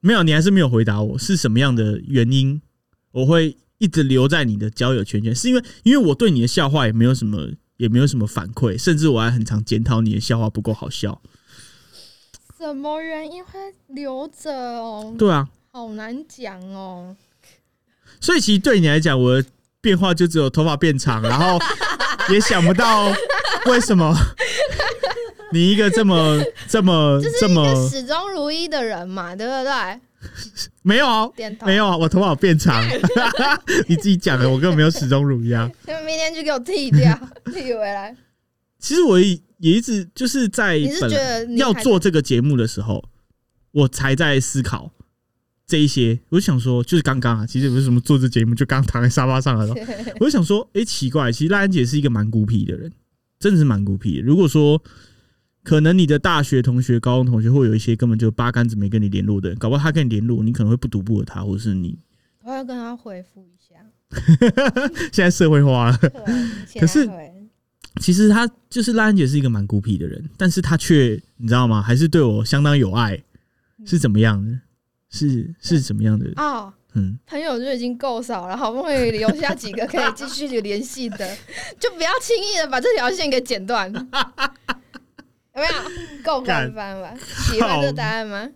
没有，你还是没有回答我是什么样的原因，我会一直留在你的交友圈圈，是因为因为我对你的笑话也没有什么也没有什么反馈，甚至我还很常检讨你的笑话不够好笑。
*laughs* 什么原因会留着哦？
对啊，
好难讲哦。
所以其实对你来讲，我的变化就只有头发变长，然
*laughs*
后也想不到为什么你一个这么这么这
就
么
始终如一的人嘛，对不对？
没有啊
点头
没有啊，我头发有变长，
*laughs*
你自己讲的，我根本没有始终如一啊。
你们明天去给我剃
*laughs*
掉，剃回来。
其实我也一直就是在
你是
本
觉
来
得你
要
还
做这个节目的时候，我才在思考这一些。我就想说，就是刚刚啊，其实也不是什么做这节目，就刚躺在沙发上了。我就想说，诶，奇怪，其实赖安姐是一个蛮孤僻的人，真的是蛮孤僻的。如果说可能你的大学同学、高中同学，会有一些根本就八竿子没跟你联络的人，搞不好他跟你联络，你可能会不读不回他，或者是你
*laughs* 我要跟他回复一
*laughs*
下。
现在社会化了。 *laughs*
对你起来
可是
回
其实她就是赖安姐是一个蛮孤僻的人，但是她却你知道吗？还是对我相当有爱，是怎么样的？是是怎么样的？
哦，
嗯，
朋友就已经够少了，好不容易留下几个可以继续联系
*laughs*
的，就不要轻易的把这条线给剪断。有没有够
干
官方吧？喜欢这个答案吗？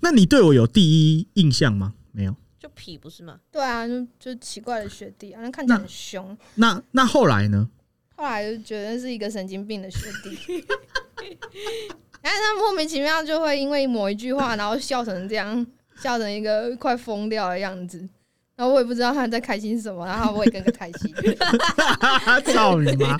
那你对我有第一印象吗？没有。
就痞不是吗？
对啊，就就奇怪的学弟，好像看起来很凶。
那那后来呢？
后来就觉得是一个神经病的学弟， *laughs* 然后他莫名其妙就会因为某一句话，然后笑成这样，笑成一个快疯掉的样子。然后我也不知道他在开心什么，然后我也跟着开心。
*laughs* 操你妈！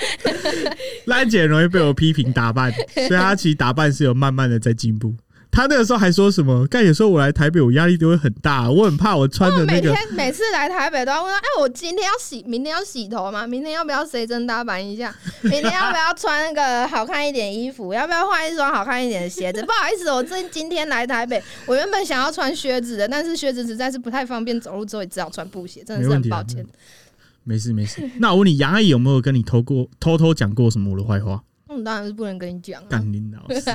赖安姐很容易被我批评打扮，所以她其实打扮是有慢慢的在进步。她那个时候还说什么？干有时候我来台北，我压力都会很大，我很怕我穿的那
每
个
天每次来台北都要问他：“哎、我今天要洗，明天要洗头吗？明天要不要随身打扮一下？ *laughs* 明天要不要穿那个好看一点衣服？要不要换一双好看一点的鞋子？”不好意思，我这今天来台北，我原本想要穿靴子的，但是靴子实在是不太方便走路，所以只好穿布鞋，真的
没
是
问
很
题啊
抱歉。
没事没事。那我问你，杨阿姨有没有跟你偷过偷偷讲过什么我的坏话？
那么当然是不能跟你讲
干你老师！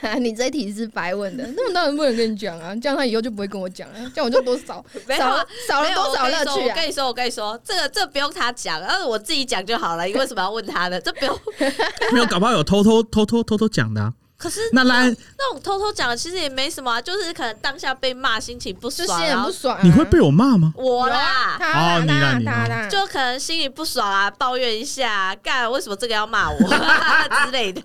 啊！ *laughs* 你这一题是白问的，那么当然不能跟你讲啊！这样他以后就不会跟我讲了、这样我就多少
*laughs* 没有
少
啊
了少了
没有
多少乐趣
我
啊！
跟你说，我跟你说，我跟你说这个这个不用他讲，但是我自己讲就好了。你为什么要问他 *laughs* 呢？这不用。
没有，搞不好有偷偷偷偷偷偷讲的、啊。
可是
那赖安，
那种偷偷讲的，其实也没什么、啊，就是可能当下被骂，心情不
就
爽，
心里
然
很
后
不爽、啊，
你会被我骂吗？
我啦，
他啦
哦你啦
他
你啦
他啦，
就可能心里不爽啊，抱怨一下、干为什么这个要骂 *laughs* 我之类的。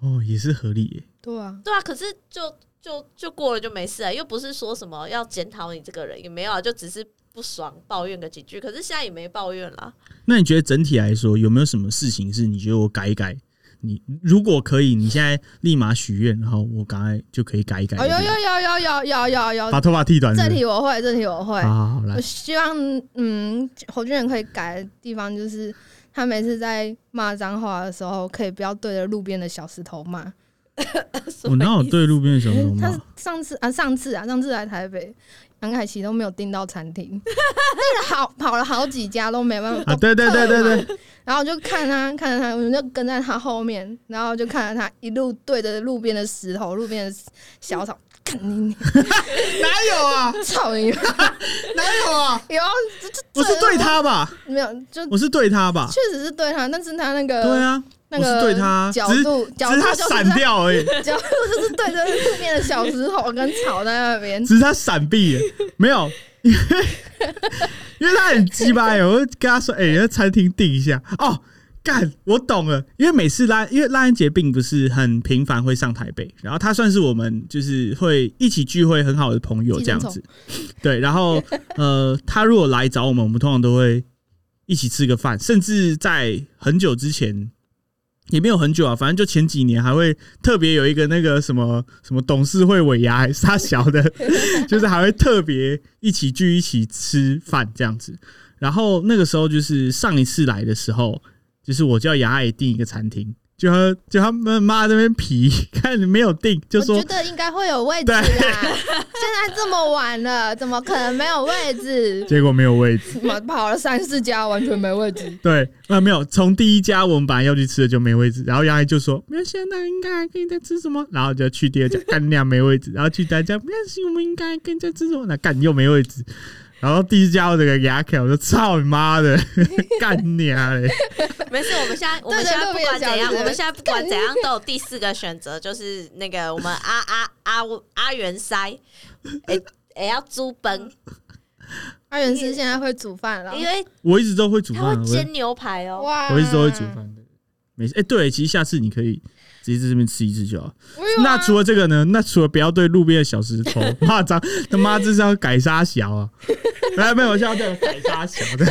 哦，也是合理耶。
对啊。
对啊，可是就就就过了就没事了，又不是说什么要检讨你这个人，也没有啊，就只是不爽抱怨个几句。可是现在也没抱怨了，
那你觉得整体来说，有没有什么事情是你觉得我改一改？你如果可以，你现在立马许愿，然后我赶快就可以改一改。
哦，有有有有有有有有，
把头发剃短是
这
不是。
题我会，这题我会。
好好好，
我
来，
希望，嗯，侯俊仁可以改的地方就是，他每次在骂脏话的时候，可以不要对着路边的小石头骂。
哦我哪有对路边的小朋友
他
骂？
上次啊，上次啊，上次来台北，杨凯琪都没有订到餐厅，那个好跑了好几家都没办法。
啊，对对对对对，
然后我就看他，看着他，我们就跟在他后面，然后就看着他一路对着路边的石头、路边的小
*laughs*
草，干你娘，
哪有啊？
操你妈！
哪有啊？
有，这这
我是对他吧？
这没有，就
我是对他吧？
确实是对他，但是他那个
对啊，
那
我是
个
对他
角
只是
度
只
角
是
度
他
就是
闪掉而已，
在， *laughs* 角度就是对着路边的小石头跟草在那
*laughs*
边。
只是他闪避了，没有，因为因为他很鸡巴耶，我就跟他说，哎、你在餐厅订一下哦。干，我懂了，因为每次拉，因为拉恩姐并不是很频繁会上台北，然后她算是我们就是会一起聚会很好的朋友这样子，对，然后呃，她如果来找我们，我们通常都会一起吃个饭，甚至在很久之前也没有很久啊，反正就前几年还会特别有一个那个什么什么董事会尾牙还是他小
*laughs*
的，就是还会特别一起聚一起吃饭这样子。然后那个时候就是上一次来的时候，就是我叫雅也订一个餐厅，就他就他们妈那边皮看没有订，就
我
说
觉得应该会有位置啦，现在这么晚了，怎么可能没有位置？
结果没有位置。
怎么跑了三四家完全没位置？
对，啊没有，从第一家我们本来要去吃的就没位置，然后杨姨就说没关系，啊那应该还可以再吃什么，然后就去第二家，干那没位置，然后去第三家没关系，我们应该还可以再吃什么，那干又没位置，然后第四家我整个牙开，我说操你妈的， *laughs* 干娘嘞，
没事。我们现在我们
对
现在
路
不
边的
管怎
小
样，
石
我们现在不管怎样都有第四个选择，就是那个我们阿阿阿阿元塞，哎、哎要猪奔，
阿元师现在会煮饭了，
因为
我一直都会煮
他
饭，
会
我
煎牛排哦。
哇
我一直都会煮饭的。没事，哎、对，其实下次你可以直接在这边吃一只就好。
我有啊。
那除了这个呢？那除了不要对路边的小石
*laughs*
头骂脏，他妈这是要改杀小啊！来，没有笑这
*laughs*
个改杀小的，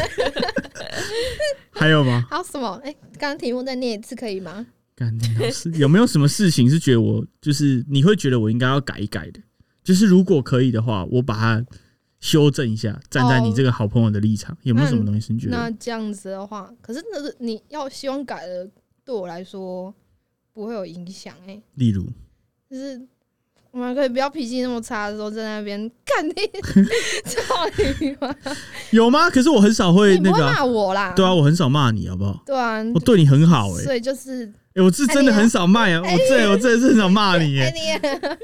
还有吗？
还有什么？哎、刚刚题目再念一次可以吗？
干你老师，有没有什么事情是觉得我就是你会觉得我应该要改一改的？就是如果可以的话，我把它修正一下，站在你这个好朋友的立场，有没有什么东西是你觉
嗯那
得？
这样子的话，可是那是你要希望改的，对我来说不会有影响哎、
例如，
就是我们可以不要脾气那么差的时候，在那边干你，操你
*laughs*
妈！
有吗？可是我很少会
你
那
不会
个啊、
骂我啦，
对啊，我很少骂你，好不好？
对啊，
我对你很好哎、欸
所以哎就是
欸我是真的很少骂呀、我这我真的是很少骂你耶、欸
哎、你也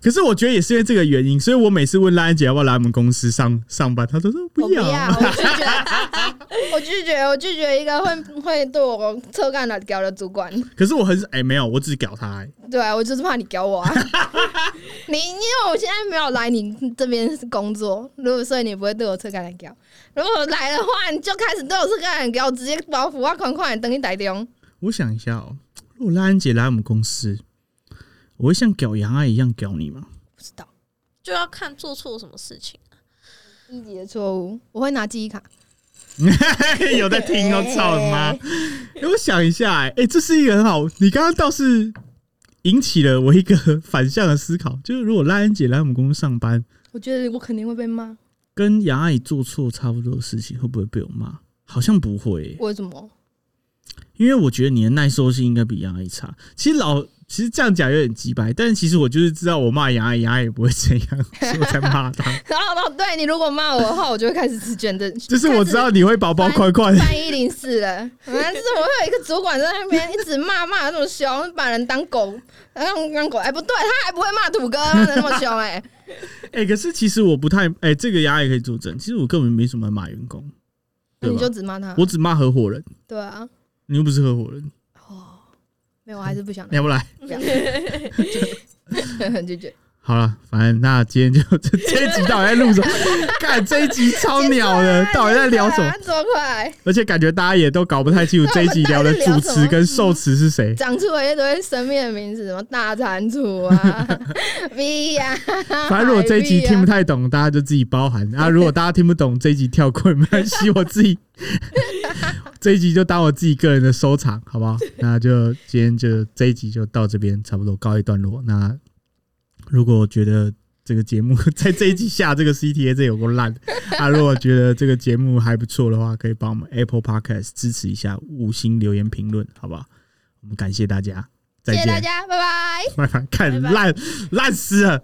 可是我觉得也是因为这个原因，所以我每次问赖安姐要不要来我们公司上上班，她都说
我
不
不
要。
要，我拒绝， *laughs* 我拒绝，我拒绝一个会会对我臭干辣屌的主管。
可是我很哎、没有，我只搞她、欸。
对啊，我就是怕你屌我
*laughs*
啊！你因为我现在没有来你这边工作，如果所以你不会对我臭干辣屌。如果我来的话，你就开始对我臭干辣屌，我直接把我腐化款款等你逮中。
我想一下哦、如果赖安姐来我们公司，我会像搞杨爱一样搞你吗？ *laughs*
不知道
就要看做错什么事情。
一级的错误，我会拿记忆卡。
有在听哦，操你
*laughs*
妈！欸我想一下、欸，哎、这是一个很好，你刚刚倒是引起了我一个反向的思考，就是如果赖安姐来我们公司上班，
我觉得我肯定会被骂。
跟杨阿姨做错差不多的事情，会不会被我骂？好像不会耶、
为什么？ *laughs*
因为我觉得你的耐受性应该比杨阿姨差。其实老，其实这样讲有点鸡掰，但其实我就是知道我骂杨阿姨，杨阿姨不会怎样，所以我才骂
*laughs*
她。
然后，然后哦对你如果骂我的话，我就会开始吃卷的。
就是我知道你会薄薄块块的，
翻一零四了，啊，就是我会有一个主管在那边一直骂骂得那么凶，把人当狗，当当狗。哎、不对，他还不会骂土哥，骂的那么凶、哎，
哎、可是其实我不太，哎、这个杨阿姨可以作证，其实我根本没什么骂员工，对
你
吧
就？只骂他。
我只骂合伙人，
对啊，
你又不是合伙人，
哦，没有，我还是不想
你要不来？嗯
很 *laughs* 拒绝。
好了，反正那今天就这这一集到底在录什么？
*laughs*
看这一集超哦鸟的，到底在聊什么？
啊这么快，
而且感觉大家也都搞不太清楚这一集聊的主词跟受词是谁。
讲出了一堆生命的名字，什么大蟾蜍啊
*laughs*
*laughs* ，V 呀、啊，
反正如果这一集
海 V 啊
听不太懂，大家就自己包
*laughs*
含。啊，如果大家听不懂这一集跳过，没关系，我自己这一集就当我自己个人的收藏，好不
*laughs*
好？那就今天就这一集就到这边，差不多告一段落。那如果觉得这个节目在这一集下这个 CTA 这有够烂
*laughs*
的啊，如果觉得这个节目还不错的话，可以帮我们 Apple Podcast 支持一下，五星留言评论，好不好？我们感谢大家，再
谢
见，
谢大家，拜拜。
拜拜，看
拜拜
烂烂死了。